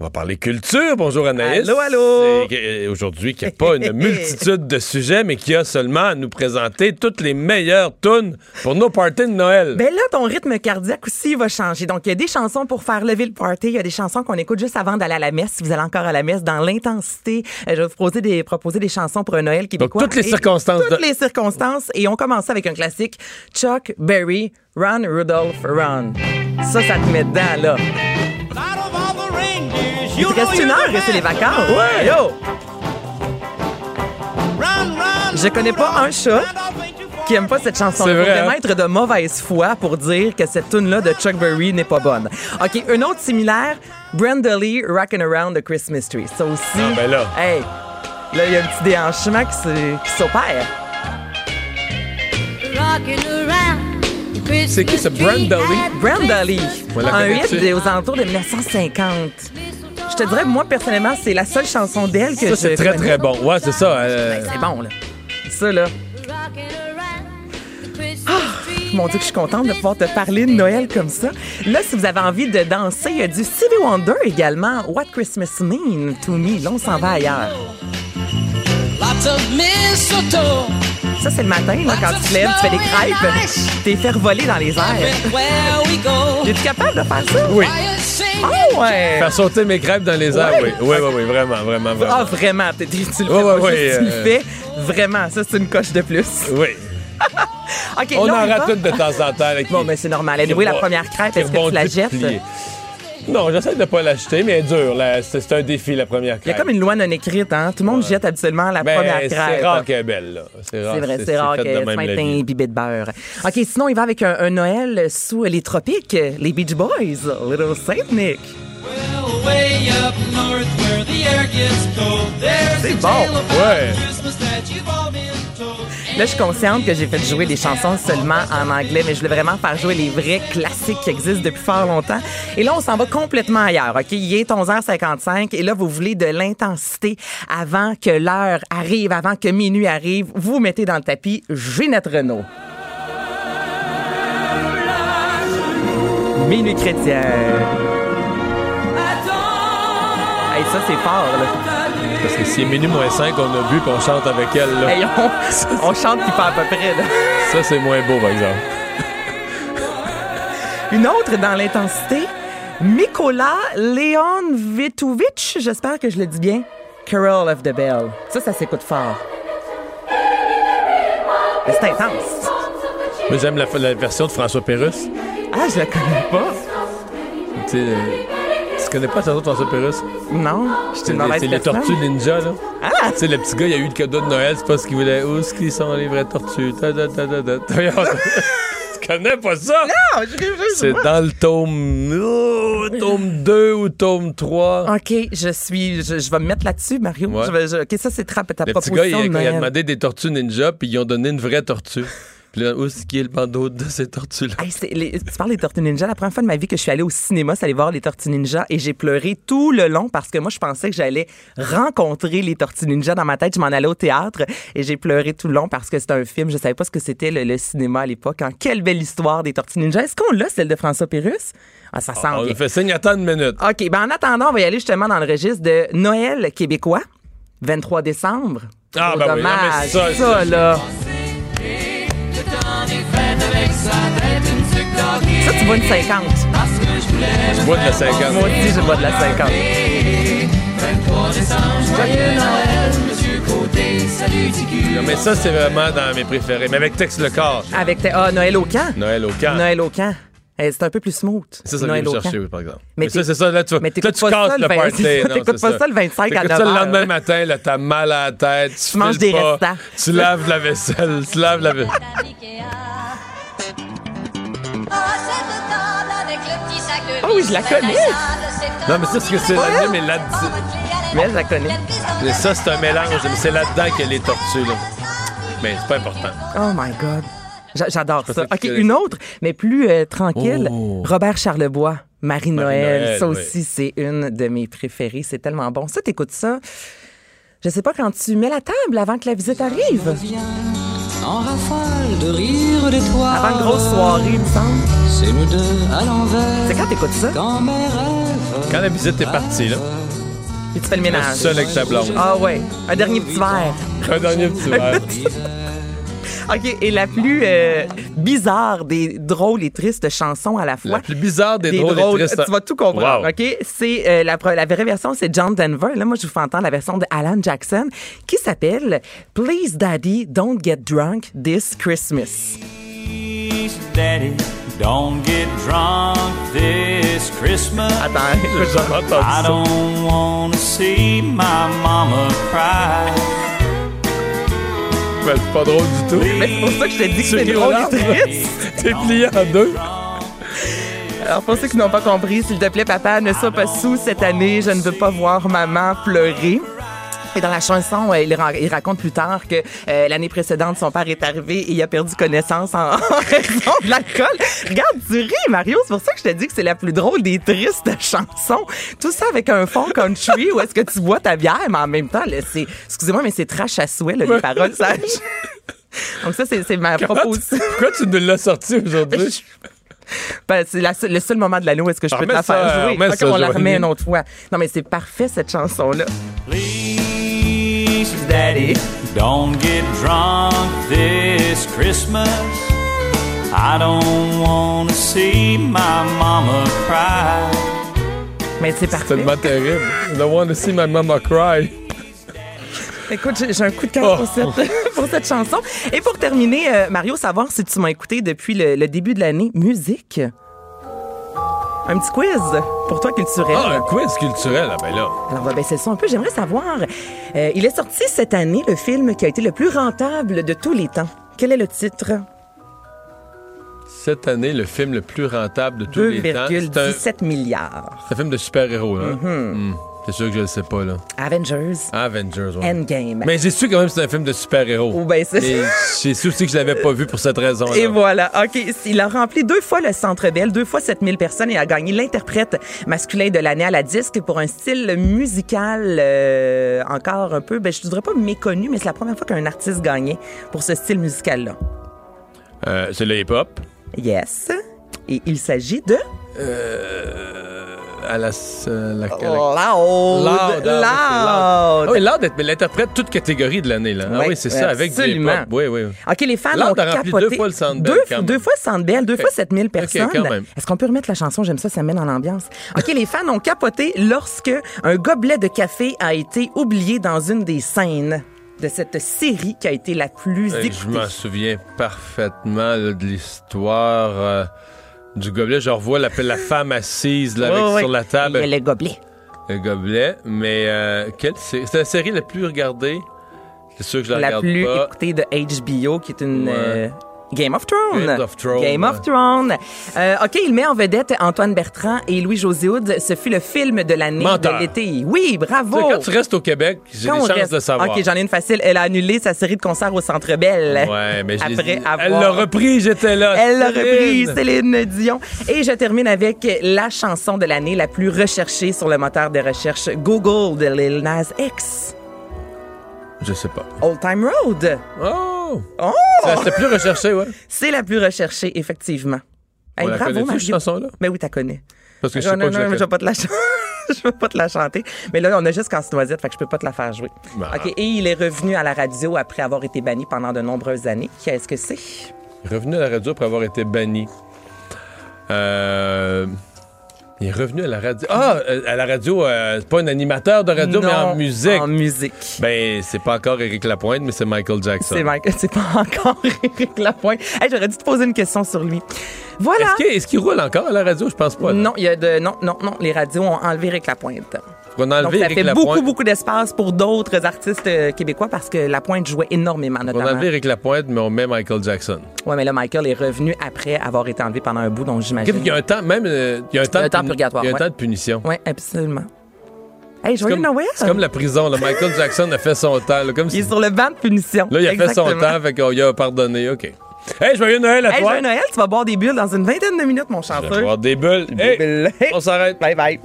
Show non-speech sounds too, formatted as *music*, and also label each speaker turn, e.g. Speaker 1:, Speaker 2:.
Speaker 1: On va parler culture. Bonjour Anaïs.
Speaker 2: Allô, allô.
Speaker 1: C'est- euh, Aujourd'hui, qu'il n'y a pas
Speaker 2: *laughs*
Speaker 1: une multitude de sujets, mais qu'il y a seulement à nous présenter toutes les meilleures tunes pour nos parties de Noël.
Speaker 2: Ben là, ton rythme cardiaque aussi va changer. Donc, il y a des chansons pour faire lever le party. Il y a des chansons qu'on écoute juste avant d'aller à la messe. Si vous allez encore à la messe, dans l'intensité, euh, je vais vous proposer des, proposer des chansons pour un Noël québécois.
Speaker 1: toutes les
Speaker 2: Et-
Speaker 1: circonstances
Speaker 2: Toutes
Speaker 1: de-
Speaker 2: les circonstances. Et on commence avec un classique. Chuck Berry, Run, Rudolph, Run. Ça, ça te met dedans, là. Il te reste une heure et c'est les vacances.
Speaker 1: Ouais.
Speaker 2: Yo! Je connais pas un chat qui aime pas cette chanson.
Speaker 1: C'est
Speaker 2: Il faut
Speaker 1: vrai,
Speaker 2: vraiment
Speaker 1: hein?
Speaker 2: être de mauvaise foi pour dire que cette tune là de Chuck Berry n'est pas bonne. OK, une autre similaire, Brenda Lee, Rockin' Around the Christmas Tree. Ça aussi.
Speaker 1: Ah, ben là.
Speaker 2: Hey, là, il y a un petit déhanchement qui se- qui s'opère.
Speaker 1: C'est qui, ce Brenda Lee?
Speaker 2: Brenda Lee,
Speaker 1: On la
Speaker 2: un
Speaker 1: connaît-tu?
Speaker 2: hit des- aux alentours de 1950. Je te dirais, que moi, personnellement, c'est la seule chanson d'elle que
Speaker 1: Ça,
Speaker 2: je
Speaker 1: c'est très,
Speaker 2: connais. Ben,
Speaker 1: très bon. Ouais, c'est ça. euh,
Speaker 2: C'est bon, là. Ça, là.
Speaker 1: Ah!
Speaker 2: Mon Dieu, que je suis contente de pouvoir te parler de Noël comme ça. Là, si vous avez envie de danser, il y a du Stevie Wonder également. What Christmas Mean to Me. Là, on s'en va ailleurs. Ça, c'est le matin, là, quand tu te lèves, tu fais des crêpes, t'es fait voler dans les airs. Es-tu capable de faire ça?
Speaker 1: Oui.
Speaker 2: Ah ouais!
Speaker 1: Faire sauter mes crêpes dans les airs, oui.
Speaker 2: Ouais.
Speaker 1: Oui, oui, oui, vraiment, vraiment, vraiment.
Speaker 2: Ah, vraiment, t'es- t'es- tu le fais
Speaker 1: Ouais,
Speaker 2: pas
Speaker 1: ouais,
Speaker 2: juste, tu
Speaker 1: ouais,
Speaker 2: le
Speaker 1: euh,
Speaker 2: fais. Vraiment, ça, c'est une coche de plus.
Speaker 1: Oui.
Speaker 2: OK,
Speaker 1: On
Speaker 2: là,
Speaker 1: en
Speaker 2: y va.
Speaker 1: rate toutes de temps en temps. Avec
Speaker 2: Bon, mais c'est normal. Elle la première crêpe, est-ce que tu la jettes?
Speaker 1: Non, j'essaie de ne pas l'acheter, mais elle est dure. là. C'est c'est un défi, la première crêpe.
Speaker 2: Il y a comme une loi non écrite, hein? Tout le monde jette habituellement la
Speaker 1: Ben,
Speaker 2: première crêpe.
Speaker 1: C'est rare qu'elle est belle, là.
Speaker 2: C'est vrai, c'est rare que
Speaker 1: Ah, fait de
Speaker 2: ce
Speaker 1: même,
Speaker 2: matin,
Speaker 1: la vie.
Speaker 2: bibé de beurre. OK, sinon, il va avec un, un Noël sous les tropiques, les Beach Boys, Little Saint Nick. C'est bon.
Speaker 1: Ouais.
Speaker 2: Là, je suis consciente que j'ai fait jouer des chansons seulement en anglais, mais je voulais vraiment faire jouer les vrais classiques qui existent depuis fort longtemps. Et là, on s'en va complètement ailleurs, OK? Il est 11h55 et là, vous voulez de l'intensité avant que l'heure arrive, avant que minuit arrive. Vous mettez dans le tapis Ginette Renault. Minuit chrétien. Hey, ça, c'est fort, là.
Speaker 1: Parce que c'est minuit moins 5, on a bu puis on chante avec elle. là.
Speaker 2: Hey, on, on chante puis pas à peu près, là.
Speaker 1: Ça, c'est moins beau, par exemple.
Speaker 2: Une autre dans l'intensité, Mikola Leon Vitovic, j'espère que je le dis bien, Carol of the Bell. Ça, ça s'écoute fort. Mais C'est intense.
Speaker 1: Moi, j'aime la, la version de François Pérusse.
Speaker 2: Ah, je la connais pas.
Speaker 1: Tu sais, euh, tu connais pas la chanson de François Pérusse?
Speaker 2: Non, je
Speaker 1: C'est
Speaker 2: suis une mauvaise
Speaker 1: c'est les
Speaker 2: personne.
Speaker 1: tortues ninja, là.
Speaker 2: Ah!
Speaker 1: Tu sais, le petit gars, il a eu le cadeau de Noël, c'est pas ce qu'il voulait. Où est-ce qu'ils sont les vraies tortues? Ta, ta, ta, ta, *laughs* ta. tu connais pas ça?
Speaker 2: Ah, je- je- je-
Speaker 1: C'est
Speaker 2: moi.
Speaker 1: dans le tome, oh, tome 2 ou tome 3.
Speaker 2: OK, je suis. Je, je vais me mettre là-dessus, Mario.
Speaker 1: Ouais.
Speaker 2: Je vais- je- OK, ça, c'est tra- ta
Speaker 1: Le petit
Speaker 2: proposition.
Speaker 1: gars, il a,
Speaker 2: de
Speaker 1: il a
Speaker 2: Noël.
Speaker 1: demandé des tortues ninja, puis ils ont donné une vraie tortue. Puis là, où est-ce qu'il est le bandeau de ces tortues-là?
Speaker 2: Hey, c'est- les- tu parles des Tortues Ninja. La première fois de ma vie que je suis allée au cinéma, c'est aller voir les Tortues Ninja et j'ai pleuré tout le long parce que moi, je pensais que j'allais rencontrer les Tortues Ninja dans ma tête. Je m'en allais au théâtre et j'ai pleuré tout le long parce que c'était un film. Je savais pas ce que c'était le, le cinéma à l'époque. Hein. Quelle belle histoire des Tortues Ninja. Est-ce qu'on l'a, celle de François Pérus? Ah, ça sent
Speaker 1: On
Speaker 2: bien.
Speaker 1: lui fait signe, attends une minute.
Speaker 2: OK, ben en attendant, on va y aller justement dans le registre de Noël québécois, 23 décembre.
Speaker 1: Ah,
Speaker 2: Gros
Speaker 1: ben oui, non, mais
Speaker 2: dommage.
Speaker 1: ça,
Speaker 2: ça,
Speaker 1: c'est-
Speaker 2: là. Ça, tu vois une 50.
Speaker 1: Je bois de la 50.
Speaker 2: Ah, Moi aussi, je bois de la 50.
Speaker 1: Non, Ah, mais ça, c'est vraiment dans mes préférés. Mais avec Tex le corps.
Speaker 2: Avec tes- Ah, Noël au camp.
Speaker 1: Noël au camp.
Speaker 2: Noël au camp. Eh, c'est un peu plus smooth.
Speaker 1: Ça, ça vient
Speaker 2: Noël
Speaker 1: me
Speaker 2: au
Speaker 1: chercher,
Speaker 2: camp.
Speaker 1: oui, par exemple.
Speaker 2: Mais
Speaker 1: Mais, ça,
Speaker 2: t'éc-
Speaker 1: c'est ça, là, tu,
Speaker 2: mais
Speaker 1: là,
Speaker 2: t'écoutes
Speaker 1: tu
Speaker 2: pas
Speaker 1: casses
Speaker 2: ça le
Speaker 1: le
Speaker 2: vingt-
Speaker 1: party.
Speaker 2: c'est ça,
Speaker 1: non,
Speaker 2: t'écoutes
Speaker 1: c'est
Speaker 2: pas ça le 25 à
Speaker 1: T'écoutes ça
Speaker 2: 9
Speaker 1: le
Speaker 2: heures,
Speaker 1: lendemain
Speaker 2: là.
Speaker 1: matin, là, t'as mal à la tête. Tu, files
Speaker 2: manges des
Speaker 1: pas,
Speaker 2: restants.
Speaker 1: Tu laves la vaisselle, tu laves la vaisselle.
Speaker 2: Ah oui, je la connais.
Speaker 1: Non, mais ça, c'est que c'est là-dedans, mais là
Speaker 2: Mais je la connais.
Speaker 1: mais ça, c'est un mélange. Mais c'est là-dedans que les tortues, là. Mais c'est pas important.
Speaker 2: Oh my God. J'a- J'adore ça.
Speaker 1: pensais que
Speaker 2: OK,
Speaker 1: tu connais-
Speaker 2: une autre, mais plus euh, tranquille.
Speaker 1: Oh.
Speaker 2: Robert Charlebois, Marie-Noël.
Speaker 1: Marie-Noël,
Speaker 2: ça
Speaker 1: oui.
Speaker 2: aussi, c'est une de mes préférées. C'est tellement bon. Ça, t'écoutes ça. Je sais pas quand tu mets la table avant que la visite arrive.
Speaker 3: En rafale de rire des toits.
Speaker 2: Avant une grosse soirée, il me semble.
Speaker 3: C'est nous deux à l'envers.
Speaker 2: C'est quand t'écoutes ça?
Speaker 3: Dans mes rêves,
Speaker 1: Quand la visite est partie, là,
Speaker 2: Puis tu fais le ménage.
Speaker 1: seul avec sa blonde.
Speaker 2: Ah ouais, un dernier petit verre.
Speaker 1: Un dernier petit verre.
Speaker 2: *laughs* OK, et la plus euh, bizarre des drôles et tristes chansons à la fois.
Speaker 1: La plus bizarre des,
Speaker 2: Des
Speaker 1: drôles,
Speaker 2: drôles.
Speaker 1: et tristes.
Speaker 2: Tu vas tout comprendre,
Speaker 1: Wow.
Speaker 2: OK? C'est euh, la, pre- la vraie version, c'est John Denver. Là, moi, je vous fais entendre la version de Alan Jackson qui s'appelle Please Daddy, Don't Get Drunk This Christmas.
Speaker 4: Please, Daddy, don't get drunk this Christmas.
Speaker 2: Attends,
Speaker 1: J'ai jamais entendu ça.
Speaker 4: I don't want to see my mama cry.
Speaker 1: Mais c'est pas drôle du tout.
Speaker 2: mais Ben, c'est pour ça que je te dis que
Speaker 1: Ceux
Speaker 2: c'est
Speaker 1: qui
Speaker 2: drôle
Speaker 1: ont
Speaker 2: et
Speaker 1: l'air-
Speaker 2: triste.
Speaker 1: T'es plié en deux.
Speaker 2: Alors, pour ceux qui n'ont pas compris, s'il te plaît, papa, ne sois pas sous cette année. Je ne veux pas voir maman pleurer. Et dans la chanson, euh, il, ra- il raconte plus tard que euh, l'année précédente, son père est arrivé et il a perdu connaissance en, *laughs* en raison de l'alcool. Regarde, tu ris, Mario. C'est pour ça que je te dis que c'est la plus drôle des tristes chansons. Tout ça avec un fond country où est-ce que tu bois ta bière, mais en même temps, là, c'est, excusez-moi, mais c'est trash à souhait, là, les paroles sages. *laughs* Donc ça, c'est, c'est ma proposition.
Speaker 1: *laughs* Pourquoi tu nous l'as sorti aujourd'hui?
Speaker 2: Ben, c'est la seule- le seul moment de l'année où est-ce que je peux te
Speaker 1: Remets
Speaker 2: la
Speaker 1: ça,
Speaker 2: faire jouer.
Speaker 1: remets
Speaker 2: Ok,
Speaker 1: ça,
Speaker 2: on la
Speaker 1: Joanie.
Speaker 2: remet une autre fois. Non, mais c'est parfait, cette chanson-là.
Speaker 4: Please, Daddy, don't get drunk this Christmas. I don't want to see my mama cry.
Speaker 2: Mais c'est
Speaker 1: C'est
Speaker 2: parfait.
Speaker 1: tellement terrible. I don't want to see my mama cry.
Speaker 2: Écoute, j'ai- j'ai un coup de cœur pour,
Speaker 1: Oh.
Speaker 2: cette, *laughs* pour cette chanson. Et pour terminer, euh, Mario, savoir si tu m'as écouté depuis le, le début de l'année, musique. Un petit quiz pour toi culturel.
Speaker 1: Ah, un quiz culturel, ah ben là.
Speaker 2: Alors, on va baisser le son un peu. J'aimerais savoir, euh, il est sorti cette année le film qui a été le plus rentable de tous les temps. Quel est le titre?
Speaker 1: Cette année, le film le plus rentable de tous les temps. C'est un,
Speaker 2: 2,17 milliards.
Speaker 1: c'est un film de super-héros, là. Hmm. C'est sûr que je le sais pas, là.
Speaker 2: Avengers.
Speaker 1: Avengers, ouais.
Speaker 2: Endgame.
Speaker 1: Mais j'ai su quand même que c'est un film de super-héros.
Speaker 2: Oh, ben, c'est-
Speaker 1: Et J'ai su aussi que je l'avais pas vu pour cette raison-là.
Speaker 2: Et voilà. OK. Il a rempli deux fois le Centre Bell, deux fois 7000 personnes et a gagné l'interprète masculin de l'année à la disque pour un style musical euh, encore un peu, ben, je ne dirais pas méconnu, mais c'est la première fois qu'un artiste gagnait pour ce style musical-là.
Speaker 1: Euh, c'est le hip-hop.
Speaker 2: Yes. Et il s'agit de...
Speaker 1: Euh, à la... s- euh, la- la-
Speaker 2: Loud. hein,
Speaker 1: Loud. ah,
Speaker 2: Loud.
Speaker 1: oui, c'est Loud. Ah oui, Loud est- mais l'interprète toute catégorie de l'année, là.
Speaker 2: Ouais,
Speaker 1: ah oui, c'est ça, avec du
Speaker 2: absolument.
Speaker 1: hip-hop. Oui, oui.
Speaker 2: OK, les fans
Speaker 1: Loud
Speaker 2: ont
Speaker 1: a rempli
Speaker 2: capoté.
Speaker 1: deux fois le Centre Bell,
Speaker 2: Deux,
Speaker 1: quand même.
Speaker 2: deux fois le Centre Bell, deux fois 7000 personnes.
Speaker 1: quand même.
Speaker 2: Est-ce qu'on peut remettre la chanson? J'aime ça, ça met dans l'ambiance. OK, les fans ont capoté lorsque un gobelet de café a été oublié dans une des scènes de cette série qui a été la plus
Speaker 1: Hey, Euh, Je
Speaker 2: écoutée.
Speaker 1: m'en souviens parfaitement là, de l'histoire euh, du gobelet. Je revois la, la femme assise là, avec-
Speaker 2: Ouais, ouais.
Speaker 1: sur la table.
Speaker 2: Il y a
Speaker 1: avec
Speaker 2: le gobelet.
Speaker 1: Le gobelet. Mais euh, quelle sé- c'est la série la plus regardée. C'est sûr que je la,
Speaker 2: La
Speaker 1: regarde
Speaker 2: plus
Speaker 1: pas.
Speaker 2: écoutée de HBO, qui est une...
Speaker 1: Ouais.
Speaker 2: euh, Game of Thrones.
Speaker 1: Game of Thrones.
Speaker 2: Game of Thrones. Euh, OK, il met en vedette Antoine Bertrand et Louis José Hood. Ce fut le film de l'année
Speaker 1: Menteur.
Speaker 2: de l'été. Oui,
Speaker 1: Tu sais,
Speaker 2: bravo.
Speaker 1: Quand tu restes au Québec, j'ai
Speaker 2: Oh! Quand
Speaker 1: des
Speaker 2: on
Speaker 1: chances
Speaker 2: reste-
Speaker 1: de savoir.
Speaker 2: OK, j'en ai une facile. Elle a annulé sa série de concerts au Centre Bell.
Speaker 1: Ouais, mais je l'ai
Speaker 2: Après
Speaker 1: dit.
Speaker 2: avoir...
Speaker 1: Elle l'a repris, j'étais là.
Speaker 2: Elle l'a repris,
Speaker 1: Céline.
Speaker 2: Céline Dion. Et je termine avec la chanson de l'année la plus recherchée sur le moteur de recherche Google de Lil Nas X.
Speaker 1: Je sais pas.
Speaker 2: Old Time Road.
Speaker 1: Oh!
Speaker 2: Oh!
Speaker 1: Ça, C'était plus recherché, ouais.
Speaker 2: C'est la plus recherchée, effectivement. Hey,
Speaker 1: On Oh, la
Speaker 2: bravo,
Speaker 1: connaît-tu,
Speaker 2: Mario.
Speaker 1: cette chanson-là?
Speaker 2: Mais oui, t'as connais.
Speaker 1: Parce que je sais
Speaker 2: Non,
Speaker 1: pas
Speaker 2: non,
Speaker 1: que je la
Speaker 2: non, mais je vais
Speaker 1: connais.
Speaker 2: pas te la *laughs* chanter. Je peux pas te la chanter. Mais là, on a juste Casse-Noisette, fait que je peux pas te la faire jouer.
Speaker 1: Bah.
Speaker 2: OK. Et il est revenu à la radio après avoir été banni pendant de nombreuses années. Qu'est-ce que c'est?
Speaker 1: Revenu à la radio pour avoir été banni. Euh, Il est revenu à la radio. Ah, euh, à la radio, euh, c'est pas un animateur de radio, mais en
Speaker 2: Non,
Speaker 1: musique.
Speaker 2: En musique.
Speaker 1: Ben, c'est pas encore Eric Lapointe, mais c'est Michael Jackson.
Speaker 2: C'est Mike- c'est pas *laughs* encore Éric Lapointe. Hey, J'aurais dû te poser une question sur lui. Voilà.
Speaker 1: Est-ce qu'il est-ce qu'il roule encore à la radio? Je pense pas. là.
Speaker 2: Non, il y a de non, non, non. Les radios ont enlevé Éric Lapointe.
Speaker 1: On a
Speaker 2: Donc
Speaker 1: enlevé
Speaker 2: ça
Speaker 1: Éric
Speaker 2: fait
Speaker 1: Lapointe.
Speaker 2: beaucoup, beaucoup d'espace pour d'autres artistes euh, québécois parce que Lapointe jouait énormément,
Speaker 1: On
Speaker 2: notamment.
Speaker 1: a enlevé Eric Lapointe, mais on met Michael Jackson.
Speaker 2: Ouais, mais là, Michael est revenu après avoir été enlevé pendant un bout, donc j'imagine.
Speaker 1: Il y a un temps, même. euh, il y a un temps,
Speaker 2: un
Speaker 1: de
Speaker 2: temps
Speaker 1: puni-
Speaker 2: purgatoire,
Speaker 1: Il y a un
Speaker 2: ouais.
Speaker 1: temps de punition.
Speaker 2: Oui, absolument.
Speaker 1: C'est
Speaker 2: Hey, joyeux
Speaker 1: comme-
Speaker 2: Noël!
Speaker 1: C'est comme la prison. là. Michael Jackson a fait son temps. là, comme
Speaker 2: Il
Speaker 1: si-
Speaker 2: est sur le banc de punition.
Speaker 1: Là, il a fait son
Speaker 2: Exactement.
Speaker 1: temps, fait qu'on lui a pardonné. OK. Hey, joyeux Noël à
Speaker 2: Hey,
Speaker 1: toi!
Speaker 2: joyeux Noël, tu vas boire des bulles dans une vingtaine de minutes, mon
Speaker 1: Je vais
Speaker 2: chanceux.
Speaker 1: boire des bulles.
Speaker 2: Des
Speaker 1: Hey,
Speaker 2: bulles.
Speaker 1: on s'arrête.
Speaker 2: Bye bye.